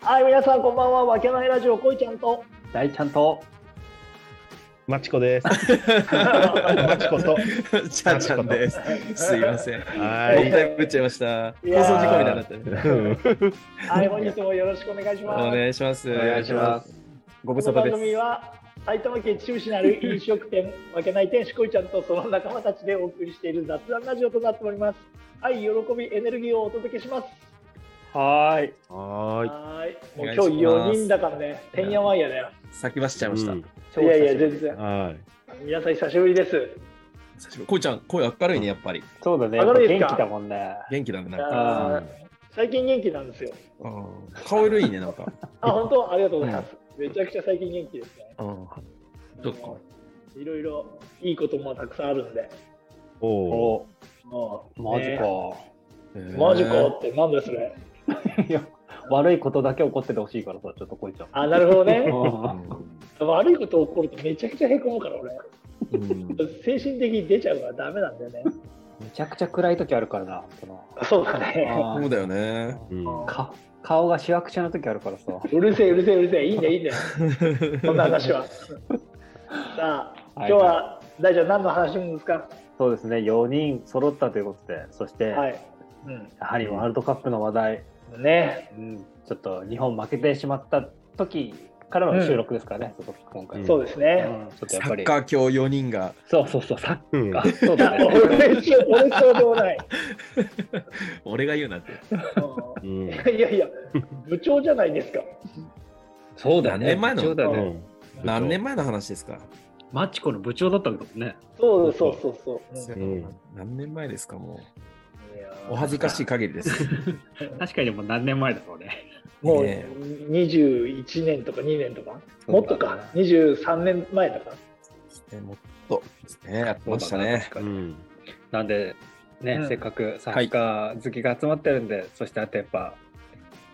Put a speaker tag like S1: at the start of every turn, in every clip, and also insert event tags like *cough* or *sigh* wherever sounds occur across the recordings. S1: はい、皆さんこんばんは。わけないラジオ、こいちゃん
S2: *laughs*
S1: と。
S3: 大ちゃんと、
S4: マチコです。マチコと。
S2: チャちゃんです。すいません。もっ
S4: は
S2: た
S4: ーい。
S2: いぶっちゃいました。放
S1: いやー
S2: 送事故みたいになったね。
S1: はい、本日もよろしくお願いし
S2: お
S1: ます。
S2: 願いします。
S3: お願いします。
S2: ご無
S1: こ
S2: 沙
S1: の番
S2: 汰です。
S1: 組は埼玉県秩父市にある飲食店 *laughs* 負けない店主こいちゃんとその仲間たちでお送りしている雑談ラジオとなっております愛喜びエネルギーをお届けします
S3: はーい。
S4: はーい。
S1: はいもう
S2: お願いし
S1: 今
S2: ます
S1: 日4人だからねてんやわんやだよ
S2: 先走っちゃいました。
S1: いやいや全然
S4: は
S1: 皆さん久しぶりです
S2: 久しぶりこいちゃん、声明るいね、やっぱり。
S3: そうだね。
S1: 明
S3: やっぱ
S1: るいで
S3: 元
S1: すか
S3: 気だもんね。
S2: 元気だね、なんか。
S1: あ
S3: あ
S1: ー最近元気なんですよ
S2: うん顔色いいね、なんか。
S1: あ本当ありがとうございますめちゃくちゃ最近元気ですね
S2: うんそっか
S1: いろいろいいこともたくさんあるんで
S4: い。おお。
S3: お
S1: もう
S3: マジか
S1: ね。マジか
S2: へー
S1: ってなんだそれ
S3: いや悪いことだけ起こっててほしいからさ、ちょっとこいちゃん。
S1: あなるほど *laughs* ね
S3: うん
S1: 悪いこと起こるとめちゃくちゃへこむから俺
S2: うんうん
S1: 精神的に出ちゃうからダメなんだよね。
S3: めちゃくちゃ暗い時あるからな。その
S1: *laughs* そうだね。
S3: あ
S2: そうだよね。
S4: うん
S3: ーか顔がしわくちゃな時あるからさ。
S1: うるせえうるせえうるせえいいねいいね *laughs* そんな話は。さあ今日は大ちゃん何の話なんですか。
S3: そうですね、4人揃ったということで、そして、
S1: はい。う
S3: やはりワールドカップの話題、
S1: ん。ね。
S3: うんちょっと日本負けてしまった時からの収録ですからね、ちょっと今回。
S4: ん
S1: そうですね。
S3: うんちょっと
S2: サ
S3: やっぱ
S2: ッ
S3: り。
S2: カー教4人が。
S3: そうそうそう、サ
S4: う
S3: ッ
S4: ん
S3: カー。そうだ
S1: *laughs*
S3: ね。
S1: 俺そう俺そうでもない。
S2: 俺が言うなって。
S1: う
S4: うん
S1: んいやいや部長じゃないですか。
S3: そう
S2: だね何年前なの
S3: そうだ
S4: う
S3: ね。
S4: ん
S2: 何年前の話ですか
S3: マチコの部長だったんだもんね。
S1: そうそうそうそう。うん
S4: ん
S2: 何年前ですか、も
S1: いや
S2: う。お恥ずかしい限りです。
S3: 確かにもう何年前だろうね。
S1: もう
S2: ね
S1: 21年とか2年とかもっとか23年前だから。
S2: えもっとですね、やってましたね。
S3: そうだな。確か
S4: う
S3: に
S4: ん。
S3: なんで、ね、
S1: うん
S3: せっかくサッカー好きが集まってるんで、そしてあとやっぱ、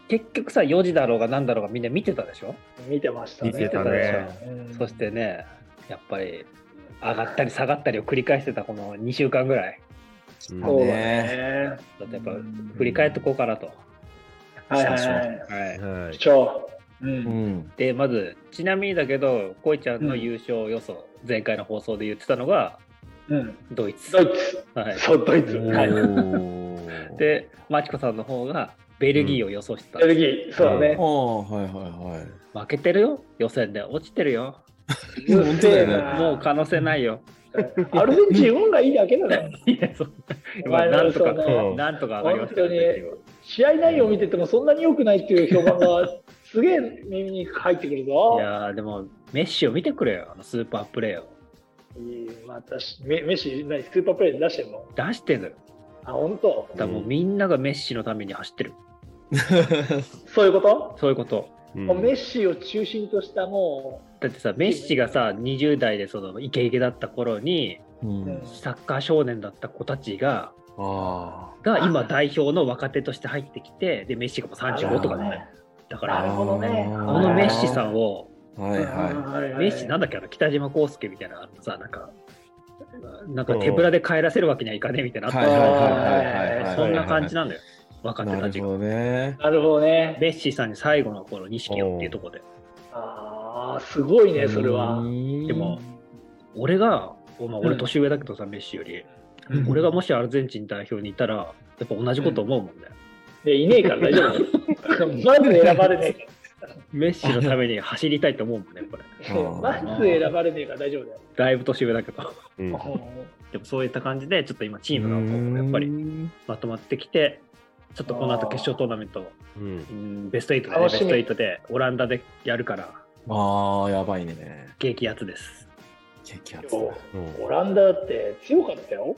S3: 結局さ、4時だろうが何だろうがみんな見てたでしょ、
S1: 見てましたね。
S4: 見てたね
S1: うん
S3: そしてね、やっぱり、上がったり下がったりを繰り返してたこの2週間ぐらい。
S4: うん
S1: そうだ
S2: ね
S1: ね。
S3: ちょっとやっぱ、振り返ってこうかなと。
S1: はいはいは。
S3: はい。
S4: はいい。
S1: 超。う。
S2: うんん。
S3: で、まず、ちなみにだけど、こいちゃんの優勝予想、前回の放送で言ってたのが、
S1: うん。
S3: ドイツ。
S1: ドイツ。
S3: はい。
S1: そう、ドイツ。
S4: お
S1: はい。
S2: *laughs*
S4: ー、
S3: で、マチコさんの方がベルギーを予想してた、
S1: ベルギー。そうだね
S2: あ。あ、はいはいはい。
S3: 負けてるよ、予選で。落ちてるよ。
S1: うっせえな
S3: もう可能性ないよ。
S1: アルゼンチン運がいいだけだ
S3: *laughs*
S1: ね。
S3: いや、そん
S1: お
S3: な。
S1: 前
S3: な
S1: の
S3: んと
S1: そ
S3: か、
S1: の
S4: ん
S3: なんとか上がりましたよ、
S1: 本当に
S3: ベルギーは
S1: 試合内容見ててもそんなに良くないっていう評判がすげえ耳に入ってくるぞ
S3: い。やー、でも、メッシを見てくれよ、あのスーパープレーを。
S1: いいまたしメメッシ、何スーパープレーで出してんの
S3: 出してる。
S1: あ、本当
S3: だからもうみんながメッシのために走ってる。
S1: そういうこと
S3: そういうこと。
S4: うん
S1: もうメッシを中心としたも
S3: だってさ、メッシがさ、20代でそのイケイケだった頃に、
S2: うん
S3: サッカー少年だった子たちが、
S2: あ
S3: が今代表の若手として入ってきて、で、メッシがもう
S1: う、
S3: 35とかだね。だか
S1: なる
S3: ら、
S1: ほどね。
S2: あー
S3: このメッシ
S1: ん
S3: さんを、
S2: あ。はいは
S3: メッシなんだっけあの北島康介みたいなのさなんかなんか手ぶらで帰らせるわけにはいかねえみたいなのあっ
S2: はいはい
S1: はいはいはい
S3: たじゃんそんな感じなんだよ若
S2: い。
S3: 手
S2: な
S3: た
S2: る
S3: ちが
S2: ほどね。
S1: なるほどね。
S3: メッシさんに最後の頃錦をっていうところで
S1: ああ、すごいね、それは。
S2: で
S3: でも、俺がお前俺年上だけどさメッシより
S1: うん
S3: 俺がもしアルゼンチン代表にいたらやっぱ同じこと思うもんね
S1: いやいねえから大丈夫。 *laughs* まず選ばれね
S3: メッシのために走りたいと思うもんねこれ
S1: え
S2: あ
S1: から。
S2: ー
S1: まず選ばれねえから大丈夫だよ。
S3: だいぶ年上だけど
S4: うん
S3: でもそういった感じでちょっと今チームがこうやっぱり
S2: り。
S3: まとまってきてちょっとこの後決勝トーナメント
S4: うん
S3: うんベスト8だね、
S1: 楽
S3: ベ
S1: しみ
S3: スト8でオランダでやるから、
S2: ああ、やばいね。
S3: 激アツです。
S2: 激ア
S1: で
S2: ツだ。
S1: も
S4: うん
S1: オランダって強かったよ。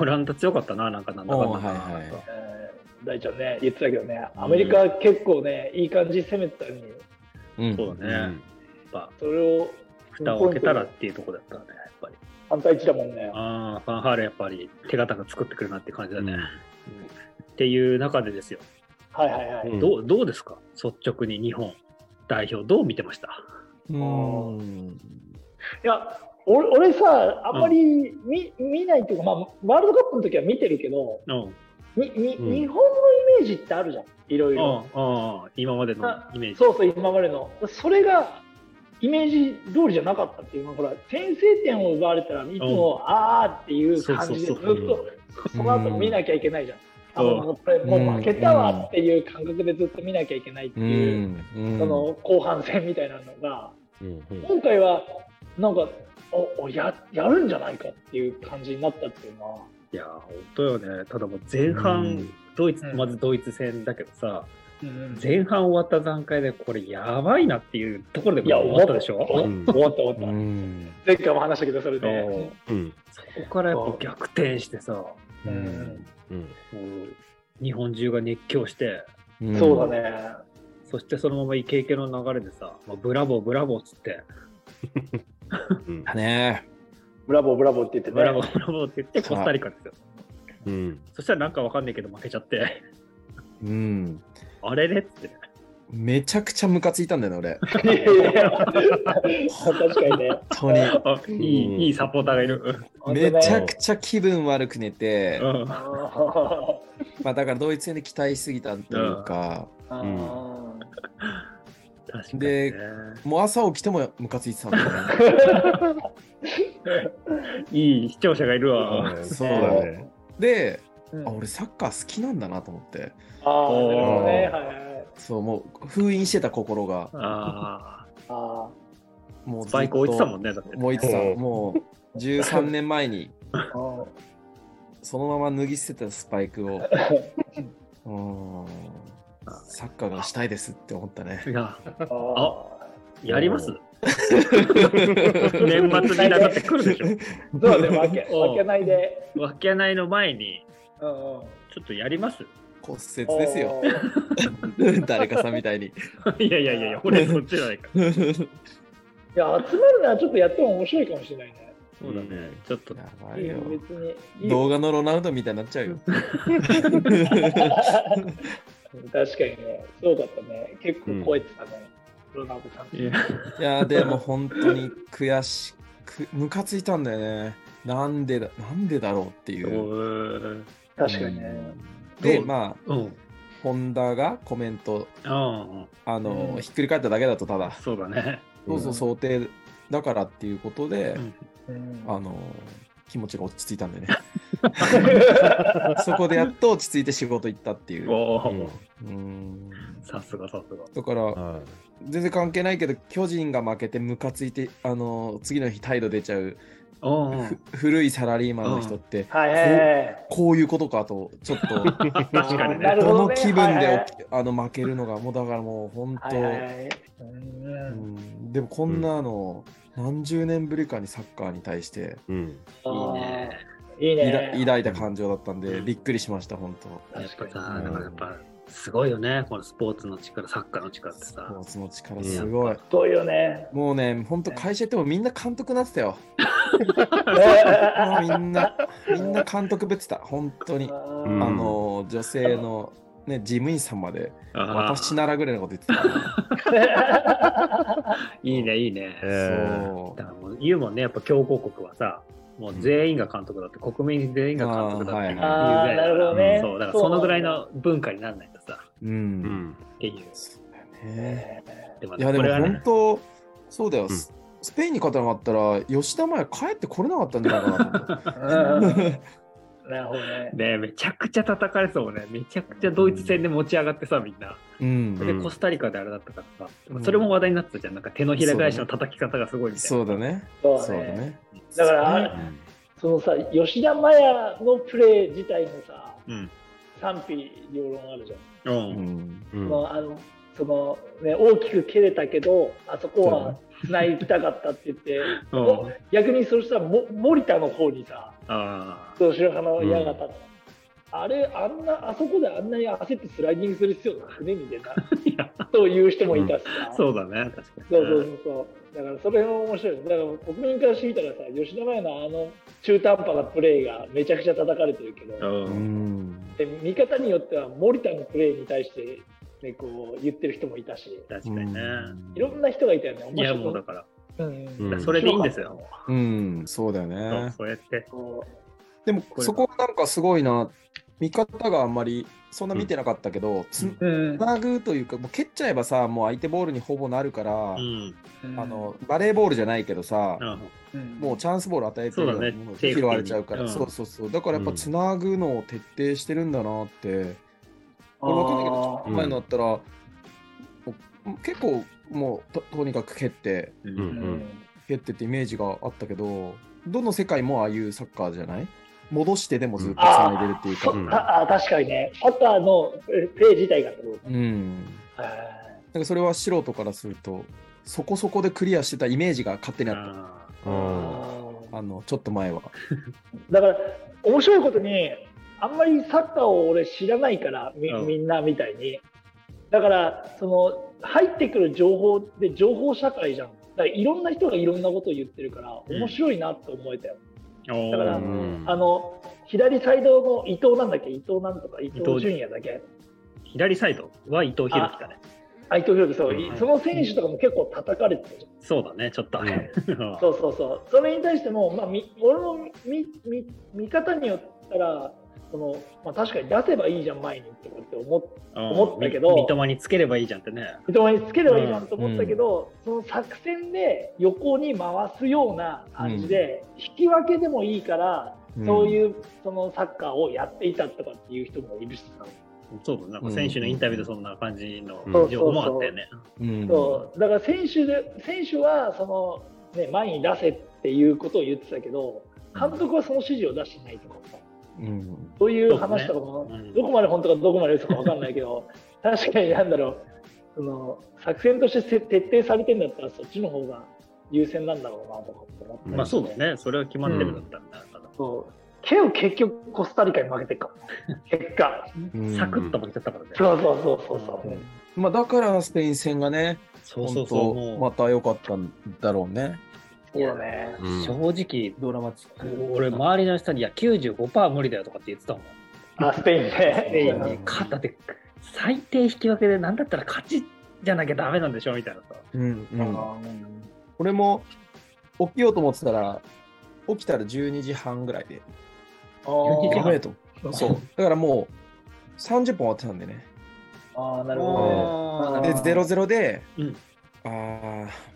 S3: オランダ強かったな、なんかなんだかんだな。
S2: おーはいはい
S3: なんか
S1: えー大ちゃんね、言ってたけどね、アメリカ結構ね、いい感じ攻めてたのに、
S2: うん
S3: そうだね。やっぱ、
S1: それを
S3: 蓋を開けたらっていうところだったね、やっぱり。
S1: 反対一だもんね。
S3: ああ、ファンハーレやっぱり手堅く作ってくるなって感じだね。
S4: うん
S3: っていう中でですよ、
S1: はいはいはい。
S4: うん
S3: どう、どうですか率直に日本代表、どう見てました
S2: うん。
S1: いや俺俺さ、あんまり見,、見ないっていうか、まあ、ワールドカップの時は見てるけど、
S3: うん。
S1: にに
S4: うん
S1: 日本のイメージってあるじゃんいろいろ、
S3: うんうん今までのイメージ。
S1: そうそう今までのそれがイメージ通りじゃなかったっていうのはほら先制点を奪われたらいつも、ああっていう感じでず
S3: そ
S1: っ
S3: うそうそう
S1: とその後見なきゃいけないじゃん、あ
S3: うん
S1: もうこれもう負けたわっていう感覚でずっと見なきゃいけないって
S2: う
S1: いう、
S2: ん。うん
S1: その後半戦みたいなのが
S2: うんうん
S1: 今回はなんかおおややるんじゃないかっていう感じになったっていうのは。
S3: いやー、本当よね。ただもう前
S2: うん
S3: 半、ドイツ
S1: う、ん
S3: まずドイツ戦だけどさ、
S1: うん
S3: 前半終わった段階で、これやばいなっていうところで
S1: いや、
S3: 終わったでしょ
S1: 思
S2: うん
S1: った、思った、思っ
S2: う
S1: た。
S2: ん
S1: 前回も話したけど、それで。
S3: そう
S2: うん
S3: そこからやっぱ逆転してさ、も
S2: う
S1: うん
S2: んうん
S3: う日本中が熱狂して、
S2: うん
S1: そうだね。
S3: そしてそのままイケイケの流れでさ、まあブラボー、ブラボーっつって、
S2: うんだね
S1: ブラボー、ブラボーって言って
S3: ブラ
S1: *laughs*
S3: ボ
S1: ね。
S3: ー、ブラボーって言って、コスタリカですよ。
S2: うん
S3: そしたらなんかわかんないけど負けちゃって、 *laughs*
S2: うん
S3: あれれっつってね。
S2: めちゃくちゃムカついたんだよね
S1: いやいやいや確かにね。
S2: 俺本
S3: あいい、
S2: うん
S3: いいサポーターがいる。
S2: 当にめちゃ
S1: ち
S2: くちゃ気分悪く寝て
S3: うん。うん
S2: まあだからドイツ戦で期待しすぎたというか
S1: ゃ。うん
S3: 確かに、ね
S2: で。もう朝起きてもムカついてたんだよね
S3: いい視聴者がいるわ。
S2: そう
S1: だ
S2: ね。で、
S1: うん
S2: あ、俺サッカー好きなんだなと思って、
S1: あー、なるほどね。
S2: おー
S1: はいはい。
S2: そう、もう封印してた心が、
S3: あ
S1: あ
S2: もう
S3: あ、バイク置いてたもんね、だって。
S2: もういつさ
S5: うん
S2: もう13年前に、
S1: ー
S2: そのまま脱ぎ捨てたスパイクを、うーんサッカーがしたいですって思っ
S3: *laughs*
S2: たね。
S3: いや、
S1: あ
S3: やります
S5: お
S2: *laughs*
S3: 年末になってくるでし
S1: ー。そうだね、負け
S3: おー
S1: 負けないで。
S3: ょ。わけないの前に、
S1: うんうん
S3: ちょっとやります *laughs*
S2: 骨折ですよ。
S1: おー
S2: 誰かさんみたいに。
S3: いやいやいやいや、俺そっちじゃないから。
S1: いや、集まるならちょっとやっても面白いかもしれないね。
S3: そうだね、ちょっと。
S2: やば
S1: いい
S2: い
S1: よ
S2: よ。
S1: 別に。い *laughs* いよ
S2: 動画のロナウドみたいになっちゃうよ。
S1: 確かにね、そうだったね。結構超えてたね、ロナウドさん。
S3: いや
S2: いや、でも本当に悔しく、ムカついたんだよね。なんでだ、なんでだろうってい
S3: お
S2: う。
S3: ー
S1: 確かにね。
S2: で、
S3: どう
S2: まあ、
S3: うん。
S2: ホンダがコメント、
S3: あ
S2: あの、
S1: うん
S2: ひっくり返っただけだと、ただ
S3: あ、、そうだね。
S2: そうそう想定だからっていうことで、
S3: うん
S1: うん
S2: あの、気持ちが落ち着いたんで
S1: *laughs*
S2: ね。そこでやっと落ち着いて仕事行ったっていう。
S3: お
S5: うん
S3: お、
S2: うん
S3: さすがさすが。
S2: だから、
S5: はい
S2: 全然関係ないけど、巨人が負けてムカついて、あの、次の日態度出ちゃう、
S3: おお、
S2: ふ古いサラリーマンの人って、
S1: はいはい。
S2: こういうことかと、ちょっと。
S1: *laughs*
S3: 確かに
S1: なるほ
S3: ね。
S2: ど
S1: ど
S2: の
S1: ね
S2: 気分
S1: はいは
S2: で
S1: い
S2: 起きあの負けるのがもうだからもう本
S1: はいはいは
S2: 当
S1: い。う
S2: うんんでもこんなの何十年ぶりかにサッカーに対して
S5: うん
S3: いいね。
S1: いいね。
S2: 抱抱いた感情だったんで
S3: うん
S2: びっくりしました本当
S3: やっぱ
S1: 確
S3: さ、
S1: か
S2: うん
S3: だからやっぱすごいよね、このスポーツの力、サッカーの力って
S2: スポ
S3: さ
S2: ー。ツの力すごい
S1: にそうよね。
S2: もうね本当会社行ってもみんな監督なってたよもう
S1: あ
S2: みんなみんな監督ぶってた本当にあ
S5: うん
S2: の女性のね事務員さんまで
S3: あ
S2: 私
S3: あ
S2: ならぐらいのこと言ってたか
S3: いいね、いいね。
S2: ら
S5: え
S2: そ
S3: だからもう言うもんね、やっぱ強豪国はさ、もう全員が監督だって、国民全員が監督だっていうぐ
S2: あ
S1: あー、なるほど
S3: らい
S1: ね。
S3: そう、だからそのぐらいの文化にならないとさ、
S2: ううん
S5: うん
S3: っていう。
S2: そうだよね
S3: でも
S2: いやで
S3: こ
S2: も
S3: れは
S2: 本
S3: ね、
S2: 当、そうだよ、
S5: うん
S2: ススペインに勝たなかったら吉田麻也帰ってこれなかったんじゃないかなと思っ
S1: うんなるほどね。
S3: ね、めちゃくちゃ叩かれそうね、めちゃくちゃドイツ戦で持ち上がってさ、みんな。
S2: て。うん、
S3: で、コスタリカであれだったからさ、それも話題になってたじゃん、なんか手のひら返しの叩き方がすごいみたい
S2: そうだね。
S1: そう
S2: そうだ
S1: だね。
S2: ね。
S1: だからあれそのさ、吉田麻也のプレー自体もさ、
S3: うん
S1: 賛否両論あるじゃん。
S3: な。う。
S2: うんん、
S5: う
S1: そ
S5: ん
S1: のあのそのね、大きく蹴れたけど、あそこ
S2: そうだ
S1: は
S2: ね
S1: 繋いたかったって言って、 *laughs*
S3: うん
S1: お逆にそしたらも森田の方にさ、
S3: あ
S1: 後ろ派の矢が立った、あれ、あんな、あそこであんなに焦ってスライディングする必要なくねみたい
S3: いや
S1: な、という人もいたしさ、
S3: あ、そうだね、確かに。
S1: そうそうそうそう、だからそれも面白い、だから国民からしてみたらさ、吉田麻也のあの中途半端なプレーがめちゃくちゃ叩かれてるけど、
S2: う
S3: うん。
S2: ん、
S1: で味方によっては森田のプレーに対して、ね、こう言ってる人もいたし、
S3: 確かにね。
S1: いろんな人がいたよね、面
S3: いや、
S1: 白
S3: もうだから、
S1: うん
S5: うん
S3: それでいいんですよ。
S2: うん、そうだよ
S3: そう
S2: ね。
S3: そうやって。
S1: こ
S2: でも
S3: れ
S2: そこはなんかすごいな見方があんまりそんな見てなかったけど、つ
S5: うん。
S2: なぐというか、もう蹴っちゃえばさ、もう相手ボールにほぼなるから、
S3: うん。
S5: うん
S2: あのバレーボールじゃないけどさ、
S3: うん
S5: うん
S2: もうチャンスボール与えてるようなも
S3: そ
S2: の
S3: うだね
S2: 拾われちゃうから、
S3: セーフティーに
S2: そううんそうそう、だからやっぱ
S3: うん
S2: つなぐのを徹底してるんだなって、俺分かんないけど、ちょっと前になったら、もう結構もうととにかく蹴って、
S3: うん
S1: あー
S3: うん
S2: 蹴ってってイメージがあったけど、どの世界もああいうサッカーじゃない戻してでもずっとつないでるっていうか、
S1: そ
S2: うん
S3: ん
S1: ああ確かにね、サッカーのえプレー自体がってこと
S2: なんかそれは素人からすると、そこそこでクリアしてたイメージが勝手にあった。
S3: あ
S4: うん
S2: あのちょっと前は。
S1: だから面白いことにあんまりサッカーを俺知らないからみ
S3: うん
S1: みんなみたいにだからその入ってくる情報で情報社会じゃんだからいろんな人がいろんなことを言ってるから
S3: うん
S1: 面白いなって思えたよ、
S3: ーおー
S1: だから
S4: うん
S1: あの左サイドの伊藤なんだっけ伊藤なんとか伊藤
S3: 伊藤
S1: 純也だっけ
S3: 左サイドは伊藤洋輝だね。
S1: あ伊藤洋輝そう、
S3: うん
S1: その選手とかも結構叩かれてるじゃん
S3: *laughs* そうだね、ちょっと。うん
S1: そうそうそう、それに対しても、まあ、み俺の見見見方によったら、そのまあ、確かに出せばいいじゃん、前にとかって思っ思ったけど
S3: み三笘につければいいじゃんってね。
S1: 三笘につければいいじゃんと思ったけど、その作戦で横に回すような感じで、引き分けでもいいから、そう
S2: う
S1: いうそのサッカーをやっていたとかっていう人もいるしさ、
S3: そうだね、なんか選手のインタビューでそんな感じの
S4: うん
S3: 情報もあったよね。
S2: ん、
S1: そうだから選手で選手はその、ね、前に出せっていうことを言ってたけど、監督はその指示を出してないとかさ。
S2: うん
S1: そういう話とかも、
S3: そうねうん
S1: どこまで本当かどこまで嘘かわかんないけど、確かになんだろう、その作戦としてせ徹底されてんだったら、そっちの方が優先なんだろうなとかって思ったり
S3: まあそうだね、それは決まってるんだったんだから、
S1: そう。けど結局、コスタリカに負けてるから、結果。
S2: うん
S3: サクッと負けちゃったからね。
S1: そうそうそうそうそう。
S3: うん
S2: まあ、だからスペイン戦がね、
S3: そうそ
S2: 本
S3: うそう、
S2: 当
S3: も
S2: また良かったんだろうね。
S1: そうだね。
S4: うん
S5: 正直、
S2: ドラマチッ
S5: 俺、周りの人に、いや、95%無理だよとかって言ってたもん。
S1: あ、スペイン
S3: う
S1: ね。
S3: ん勝ったって、最低引き分けで、なんだったら勝ちじゃなきゃダメなんでしょみたいなさ。
S2: うんう
S1: うん
S2: ん、俺も起きようと思ってたら、起きたら12時半ぐらいで。
S1: あ
S2: や
S1: ー
S2: ばいと。そう。だからもう30分終わってたんでね。
S1: あー、なるほ
S2: あ
S1: あ
S2: ー
S1: ー
S2: で、0、0で、
S3: うん
S2: ああ、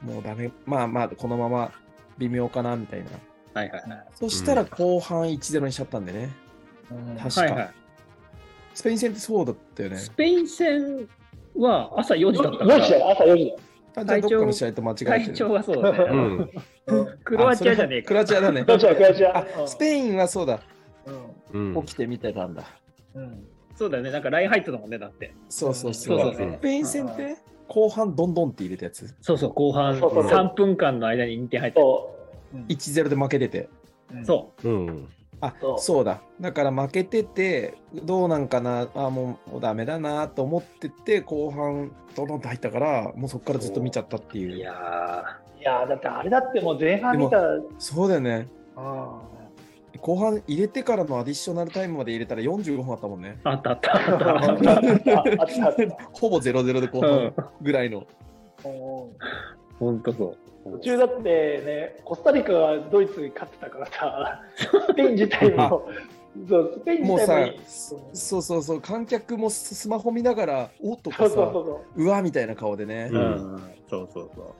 S2: もうダメ、まあまあ、このまま微妙かなみたいな。
S5: はいはいはい。
S2: そしたら後半1-0にしちゃったんでね。
S1: ど。うん
S2: 確か、
S5: はいはい、
S2: スペイン戦ってそうだったよね。
S5: スペイン戦は朝4時だったか
S1: 4時
S5: ら、
S1: だよ、朝4時だよ。
S2: あじゃあどっかの試合と間違えて
S5: 体
S2: る。
S5: 調はそうだ
S4: う
S5: ね。
S4: ん
S5: クロアチアじゃねえ
S2: ク
S5: か
S2: ロ。アチアだね
S1: ク。ロアチア、クロアチア。
S2: あ、スペインはそうだ。
S1: イン。
S4: うん
S2: 起きて見てたんだ。
S1: うんうん
S5: そうだよね、なんかライン入ってたもんね、だって。
S2: そうそう
S5: そ
S2: そうう。
S5: そう
S4: そう
S5: そう
S2: ス。ペイン戦って後半どんどんって入れたやつ。
S5: そうそう、後半
S1: そうそう
S4: そう
S5: 3分間の間に2点入ってる
S1: そ
S2: 1-0で負けてて。
S1: う。
S5: そう。
S4: うん
S2: あ
S1: そう
S2: そうだだから負けててどうなんかなあもうもうダメだなと思ってて後半どんどんと入ったからもうそこからずっと見ちゃったっていう
S5: いや
S1: う。いやー、だってあれだってもう前半見たら、
S2: そうだよね
S1: あ
S2: 後半入れてからのアディショナルタイムまで入れたら45分あったもんね
S5: ー、あったあったあった。
S1: *laughs* あったあったあった
S2: ほぼ0-0で後
S5: うん
S2: 半、ぐらいの、
S1: うん
S5: ほんとそう。
S1: *laughs* 途中だってね、コスタリカがドイツに勝ってたからさ、スペイン自体も、そうスペイン
S2: もう
S1: 自
S2: さ
S1: 体もいい、
S2: そ
S1: そう
S2: そうそう観客もススマホ見ながらおっと
S1: そ
S2: か
S1: う
S2: さ
S1: そう
S2: うわみたいな顔でね、
S4: う
S3: うんん、そうそうそ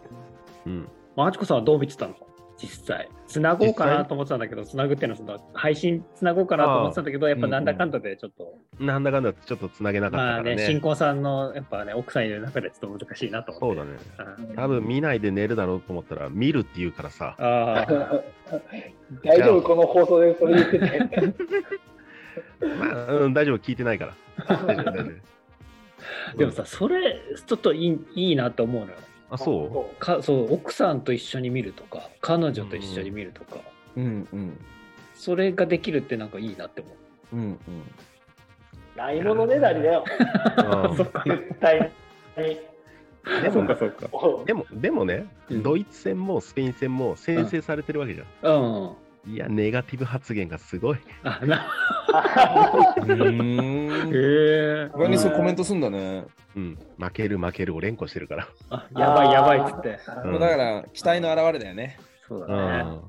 S3: う。
S4: うん
S3: マチコさんはどう見てたの実際。つなごうかなと思ってたんだけど、つなぐっていうのはその配信つなごうかなと思ってたんだけど、やっぱなんだかんだでちょっと、
S4: なんだかんだちょっとつなげなかった
S3: まあ
S4: か
S3: ね、
S4: らね
S3: 新婚さんのやっぱね、奥さんいる中でちょっと難しいなと
S4: そ
S3: 思
S4: う
S3: って。
S4: だね
S3: うん
S1: そう。
S4: 多分見ないで寝るだろうと思ったら見るって言うからさ
S3: ああ、
S1: 大丈夫、この放送でそれ言ってて。
S4: まあうん大丈夫聞いてないから大丈夫大丈夫
S5: *laughs* でもさ、それ、ちょっといいいいなと思うのよ。
S4: あそ
S5: かそう奥さんと一緒に見るとか彼女と一緒に見るとか、
S2: うんうん
S5: それができるってなんかいいなって思う
S2: うんうん
S1: ないものねだりだよ、
S4: う
S5: そっか
S1: 絶対に。
S4: うんでも
S5: そうか
S1: *laughs* おう
S4: でもでもね
S5: うん
S4: ドイツ戦もスペイン戦も先制されてるわけじゃん
S5: うん
S4: いやネガティブ発言がすごい
S5: あな
S2: うーん
S5: へえ
S2: *laughs* 意外にそうコメントすんだね
S4: うん負ける負けるを連呼してるから
S5: あやばいやばいっつって
S4: うん
S2: だから期待の表れだよね。
S5: そうだね
S4: う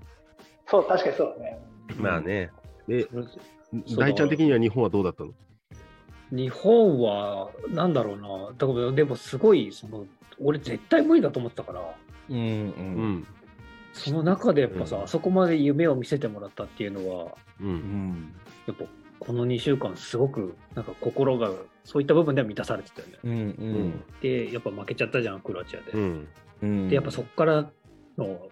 S1: そう、確かにそうだね。
S4: んまあねで
S3: そうだ
S4: 大ちゃん的には日本はどうだったの
S3: 日本は、なんだろうな、だからでもすごい、その俺、絶対無理だと思ってたから、
S2: うん
S4: う
S2: うん
S4: ん。
S3: その中でやっぱさ、
S4: うん
S3: あそこまで夢を見せてもらったっていうのは、
S4: う。
S2: うんん
S3: やっぱこの2週間、すごくなんか心が、そういった部分では満たされてたよね。
S2: うん
S4: う
S2: うん
S4: ん。
S3: で、やっぱ負けちゃったじゃん、クロアチアで。
S4: うん。
S2: うん
S3: で、やっぱそこからの、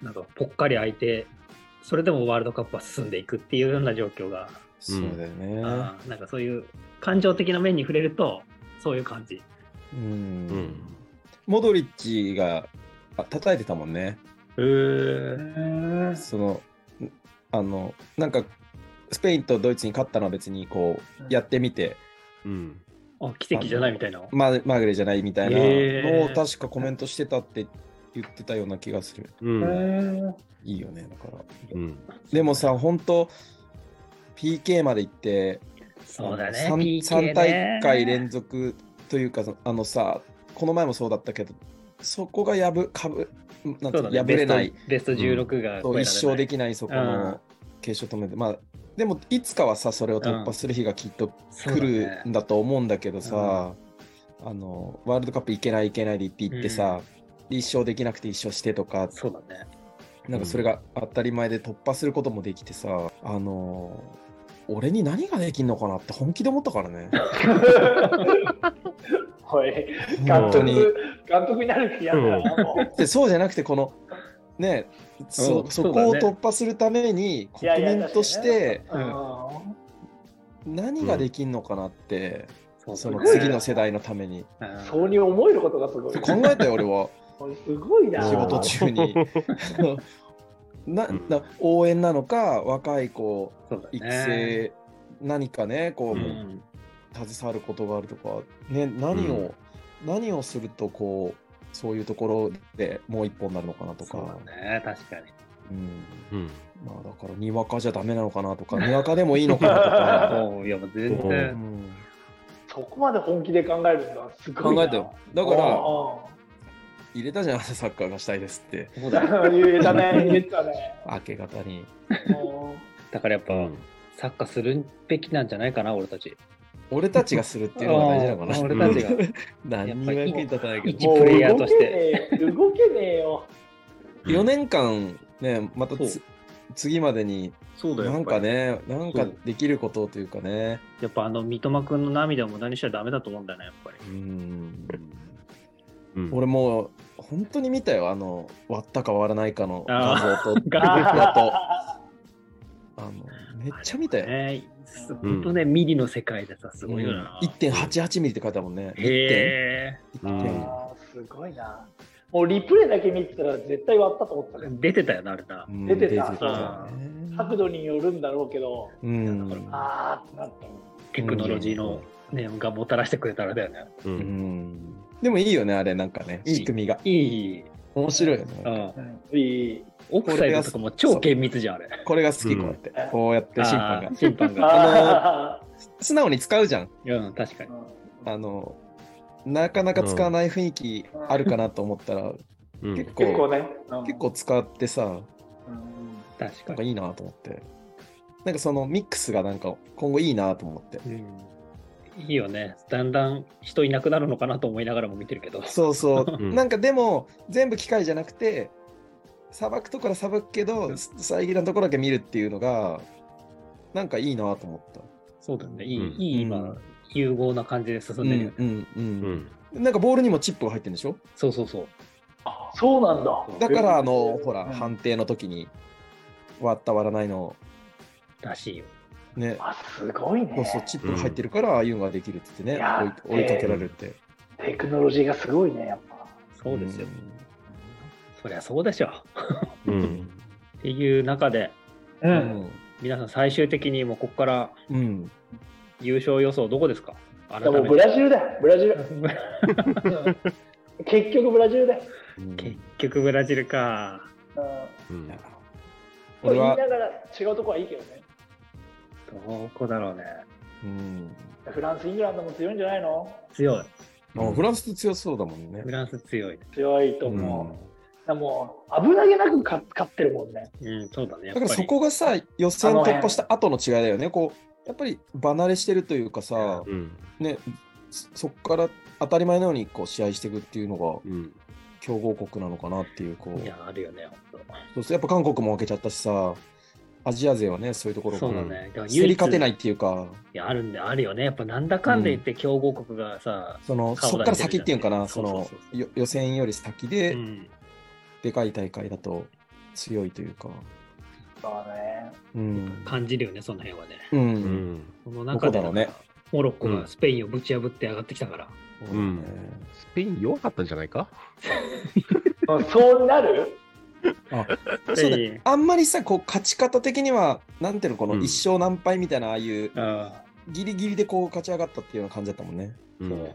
S3: なんかぽっかり空いて、それでもワールドカップは進んでいくっていうような状況が、
S2: そうだよね
S3: あーなんかそういう感情的な面に触れると、そういう感じ。
S2: う
S4: うんん。
S2: モドリッチがあ叩いてたもんね
S3: へー
S2: そのんあのなんかスペインとドイツに勝ったのは別にこうやってみて
S4: うん。
S3: あ奇跡じゃないみたいな。
S2: ままぐれじゃないみたいな
S3: へ
S2: の
S3: ー
S2: を確かコメントしてたって言ってたような気がする
S4: うん。
S2: いいよねだから
S4: うん。
S2: でもさ本当 PK まで行って
S3: そうだね。
S2: 3,
S3: PK ね
S2: 大会連続というかそのあのさこの前もそうだったけどそこがやぶかぶなんて
S3: そうだ
S2: いうの
S3: ね
S2: 破れない
S3: ベストベスト16が
S2: そう一生で
S3: き
S2: きないそこ
S3: う
S2: の
S3: ん
S2: 決勝止めて、まあでもいつかはさそれを突破する日がきっと来るんだと思うんだけどさ、あのワールドカップ行けない行けないで行って行ってさ、一勝できなくて一勝してとか
S3: そうだね。
S2: なんかそれが当たり前で突破することもできてさあの俺に何ができんのかなって本気で思ったからね
S1: *laughs* おい、監
S2: 本当
S1: 督、
S2: に。
S1: 監督になる気やだな、もう。
S2: でそうじゃなくてこのねそ
S3: うん
S2: そ
S3: そうだ
S2: こを
S3: ね
S2: 突破するために
S1: い
S2: 国
S1: やいや
S2: 民とし
S1: 確かに
S2: て何ができんのかなって。
S3: そうそ
S2: そ
S3: う
S2: の
S1: すごい
S2: 次の世代のために。
S3: うん
S1: そうに思えることがすごい。
S2: 考えたよ、俺は。
S1: すごいな。
S2: 仕事中に。なな応援なのか、若い子、
S3: そうだね
S2: 育成、何かね、こう、
S3: うん
S2: 携わることがあるとか、ね、何を、何をすると、こう、そういうところでもう一本になるのかなと
S3: そ
S2: か、
S3: うだね。確か
S2: *laughs*
S3: に。
S2: うん
S4: うん。
S2: まあ、だから、にわかじゃダメなのかなとか、にわかでもいいのかなとか、
S3: もういや *laughs* もう全
S2: う
S3: 然。
S2: ん
S1: そこまで本気で考えるんだ。すごい
S2: 考
S1: な。
S2: えたよ。だから、
S1: う
S2: 入れたじゃん、サッカーがしたいですって、
S3: そうだね
S1: ん。言えたね、言えたね。
S2: 明け方に。
S1: も
S3: だからやっぱ
S4: うん
S3: サッカーするべきなんじゃないかな俺たち。
S2: 俺たちがするっていうのが大事なのかな。
S3: あー俺たちが
S2: *laughs* 何にも役に立たないけ
S1: う
S3: 一
S2: ど。
S3: プレイヤーとして
S1: もう動けねえよ。
S2: 4年間、ね、またつ
S3: そ
S2: 次までに、
S3: そう
S2: なんか。ね、なんかできることというかね。
S3: やっぱあの三笘君の涙を無駄にしちゃダメだと思うんだよねやっぱり。
S2: うん
S4: うん。
S2: 俺もう、本当に見たよ、あの、割ったか割らないかの
S3: あ
S2: 画像と、
S3: 画像
S2: あと、あの、めっちゃ見たよ。
S3: ね。本当ねミリの世界でさす
S2: うん
S3: ごいよな。
S2: 1.88ミリって書いてあるもんね。1.88
S3: へ
S4: うん
S1: あーすごいな。もうリプレイだけ見てたら絶対割ったと思ってたけ
S3: え
S1: ど、
S3: 出てたよなあれな
S2: う。ん
S1: 出てた
S2: ね
S1: 角度によるんだろうけど、
S2: うん。
S1: あーってなったもん。
S3: テクノロジーの、ね、がもたらしてくれたらだよね。
S4: う。
S2: うんん。でもいいよね、あれ、なんかね、
S3: いい
S2: 仕組みが。
S3: いい、
S2: 面白いよね。
S3: うん、
S1: いい。
S3: オフサイドとかも超厳密じゃん、あれ。
S2: これが好き、
S4: うん
S2: こうやって。こうやって審判が
S3: あー。審判が。
S1: あ
S2: 素直に使うじゃん。
S3: うん、確か
S1: *laughs*
S3: に。
S1: の
S2: あの、なかなか使わない雰囲気あるかなと思ったら、
S4: うん。
S2: 結構
S1: 結構ね。うん
S2: 結構使ってさ、
S1: うん
S3: 確
S2: な
S3: か
S2: んか
S3: に。
S2: いいなと思って。なんかそのミックスがなんか今後いいなと思って。
S3: うんいいよね。だんだん人いなくなるのかなと思いながらも見てるけど。
S2: そうそうう。
S4: ん
S2: なんかでも、全部機械じゃなくて、さばくところはさばくけど、遮りのところだけ見るっていうのが、なんかいいなと思った。
S3: そうだよね。いい、
S4: うん
S3: いい今、
S2: うん
S3: 融合な感じで進
S2: うん
S3: でるよね。
S2: んう
S4: うんん。
S2: うん。なんかボールにもチップが入ってるんでしょ
S3: そうそうそう。
S1: あそうなんだ。
S2: だからあの、ほら、
S1: うん
S2: 判定の時に割った割らないの、
S3: らしいよ。
S2: ね、
S1: あすごいね
S2: そうそう、チップが入ってるから、ああいうのができるって言って
S1: い
S2: ね、
S1: や
S2: 追い追いかけられるって。
S1: テクノロジーがすごいね、やっぱ。
S3: そうですよ。
S2: ん
S3: そりゃそうでしょ。
S4: うん。
S3: っていう中で、
S1: う。
S2: うんん。
S3: 皆さん最終的にもうここから
S2: うん。
S3: 優勝予想どこですか改
S1: いやもうブラジルだよ、ブラジ *laughs* ル。結局ブラジルだよ。
S2: うん
S3: 結局ブラジルか。
S1: うん
S4: うん。
S2: 俺は
S1: 言いながら違うとこはいいけどね。
S3: どこだろうね。
S2: うん
S1: フランス、イングランドも強いんじゃないの
S3: 強い。
S2: あフランス強そうだもんね
S3: フ。ランス強い。
S1: 強いと
S2: うん
S1: 思らもう、危なげなく勝勝ってるもんね。
S3: うん、そうだね。や
S2: だ
S3: っぱり
S2: からそこがさ、予選突破した後の違いだよね。こう、やっぱり離れしてるというかさ、
S4: うん。
S2: ね、そそこから当たり前のようにこう試合していくっていうのが
S4: うん。
S2: 強豪国なのかなっていう、こう
S3: い。や、あるよね、本
S2: そうそうやっぱ韓国も負けちゃったしさ、アジア勢はね、そういうとこ
S3: 当。
S2: ろ
S3: そう
S2: が
S3: だね。だから。
S2: 競り勝てないいっていうか、
S3: いや、あるんで、あるよね。やっぱなんだかんで言って強豪国がさ、
S2: その
S3: 顔
S2: そっ
S3: が
S2: から先っていうのかな、
S3: 出て
S2: そ
S3: るじゃんそ
S2: の
S3: うそうそ
S2: よ予選より先
S3: う
S2: で、
S3: ん。
S2: でかい大会だと強いというか、
S1: そうね。
S2: うん、
S3: 感じるよね、その辺はね。
S2: うん、
S4: う
S2: うん
S4: ん。
S3: その中で
S2: どこだろうね
S3: モロッコ
S4: う
S3: が
S4: ん
S3: スペインをぶち破って上がってきたから。
S2: そうだね
S4: うんスペイン弱かったんじゃないか
S1: あそうなる
S2: そうだ
S3: スペイン
S2: ねあんまりさ、こう勝ち方的には、なんていうの、この
S4: うん
S2: 一勝何敗みたいな、ああいう
S3: うん。
S2: ギリギリでこう勝ち上がったっていうような感じだったもんね。
S4: う
S3: そうだ
S4: ん。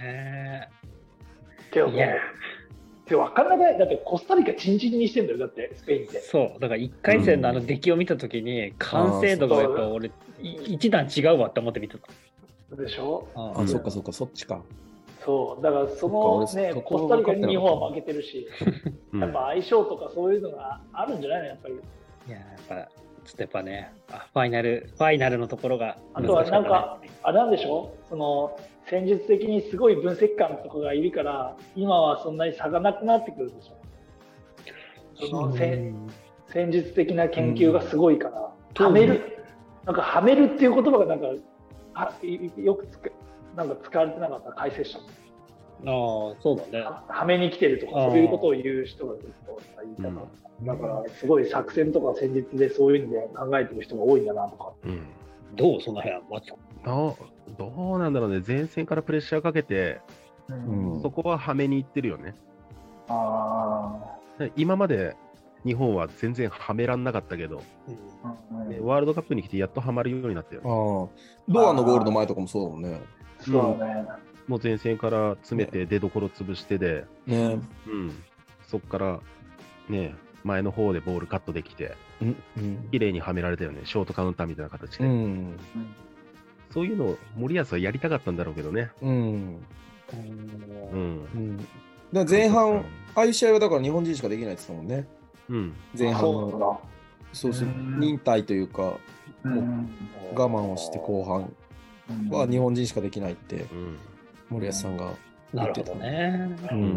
S3: ね。
S1: けど
S3: いや
S1: ね。で分かんなくないだってコスタリカチンチンにしてんだよだってスペインって
S3: そう、だから1回戦のあの出来を見たときに、完成度がやっぱ俺、い一段違うわって思って見てた。
S1: でしょ
S3: あ
S2: あ、そっかそっか、そっちか。
S1: そうだからその
S2: そっか俺
S1: ね
S2: そこ
S1: コスタリカに日本は負けてるし
S4: うん
S1: やっぱ相性とかそういうのがあるんじゃないのやっぱり
S3: いや、やっぱ、ちょっとやっぱね、あファイナル、ファイナルのところが
S1: あとはなんか
S3: 難しったね、
S1: あれなんでしょその戦術的にすごい分析官とかがいるから今はそんなに差がなくなってくるでしょそのせん戦術的な研究がすごいから、はめるなんかはめるっていう言葉がなんかはいよくつくなんか使われてなかった解説者も
S3: ああ、そうだね。
S1: ははめに来てるとか
S3: あー
S1: そういうことを言う人が結構いたから、だからすごい作戦とか戦術でそういうので考えてる人が多いんだなとか
S4: うん。
S3: どうその辺は、マツコ
S4: どうどうなんだろうね、前線からプレッシャーかけて、
S2: うん
S4: そこははめにいってるよね。
S1: あ
S4: 今まで日本は全然はめらんなかったけど、
S1: あ、うん
S4: ねワールドカップに来てやっとはまるようになったよ
S2: あ
S4: ね。
S2: ードアのゴールの前とかもそうだもんね。
S1: そうだね、
S4: もう前線から詰めて、出どころ潰してで、
S2: ね
S4: うん、そこから、ね、前の方でボールカットできて、
S2: うん。うん
S4: 綺麗にはめられたよね、ショートカウンターみたいな形
S2: う
S4: で。
S2: ん。
S4: そういうのを森保はやりたかったんだろうけどね。
S2: うん。
S4: うん
S2: うん。だから前半、ああいう試合はだから日本人しかできないって言ってたもんね。
S4: うん、
S2: 前半
S1: そう
S2: の。そうそうう。
S1: ん
S2: 忍耐というか、
S1: だ
S2: もう我慢をして後半は日本人しかできないって
S4: うん、
S2: 森保さんが
S3: なるほどね。
S4: うん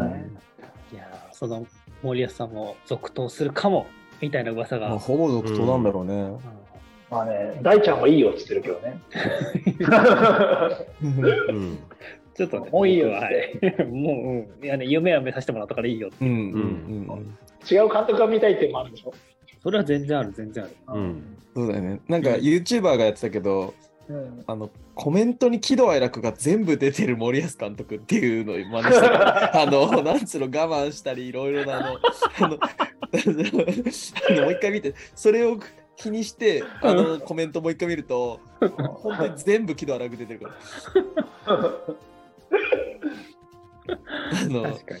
S3: いやー、その森保さんも続投するかも、みたいな噂
S2: まあ、
S3: が。
S2: ほぼ独投なんだろうね。
S1: まあね、大ちゃんはいいよって言ってるけどね。
S4: うん、
S3: ちょっとね、
S1: もういいよ
S3: 僕ははい。 *laughs* もう、うんいやね、夢は目指してもらったからいいよ。
S2: うんうんうん。
S1: 違う監督が見たいっていうのもあるでしょ。
S3: それは全然ある、全然ある。
S4: うん
S2: そうだよね。なんか YouTuber がやってたけど、
S1: うん
S2: あの、コメントに喜怒哀楽が全部出てる森保監督っていうのを真似してた。あの、なんつうの、我慢したり、いろいろなあの、あの、あのもう一回見て、それを気にして、あの、コメントもう一回見ると、本当に全部喜怒哀楽出てるから。あの、
S3: 確かに。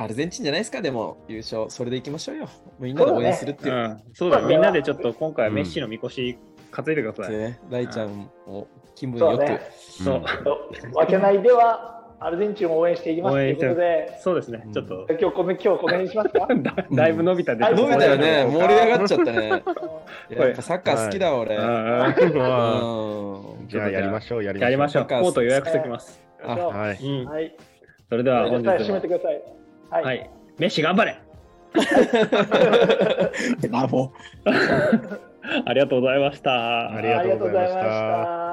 S2: アルゼンチンじゃないですか、でも、優勝、それでいきましょうよ。みんなで応援するっていうう。
S3: ん、そうだ、みんなでちょっと今回はメッシのみこし担いでください。
S2: ね、ライちゃんを気
S1: *laughs*
S2: 分
S1: そ
S2: よ
S1: う
S2: く。
S1: ね。
S3: そう、
S1: 分けないではアルゼンチンを応援していきますと
S3: 応
S1: いう
S3: 援
S1: こ
S3: して
S1: とで、
S3: そうですね、ちょっと。 *laughs*
S1: 今日この今日この辺にします *laughs* か。
S3: だだいぶ伸びたでしょ
S2: 伸びたよね、
S1: うん
S2: 盛り上がっちゃったね。
S3: い
S2: やっぱサッカー好きだ、俺。
S3: あ *laughs* あ
S2: 아.うん。
S4: じゃあやりましょう、やりましょ
S3: や
S4: う。
S3: りましょう。
S2: サッカー
S3: コート予約しておきます。
S2: あ
S4: は
S3: う
S4: い。
S3: ん。
S1: はい。
S3: それでは
S1: じゃ
S3: 本
S1: あ
S3: 日
S1: 最後締めて
S3: も。
S1: ください。
S3: は
S1: はい。
S3: い。メッシ頑張れ
S2: ラボ。 아, 뭐.
S3: ありがとうございました。
S4: ありがとうご
S1: ありがとうござい
S4: ざいました
S1: ました。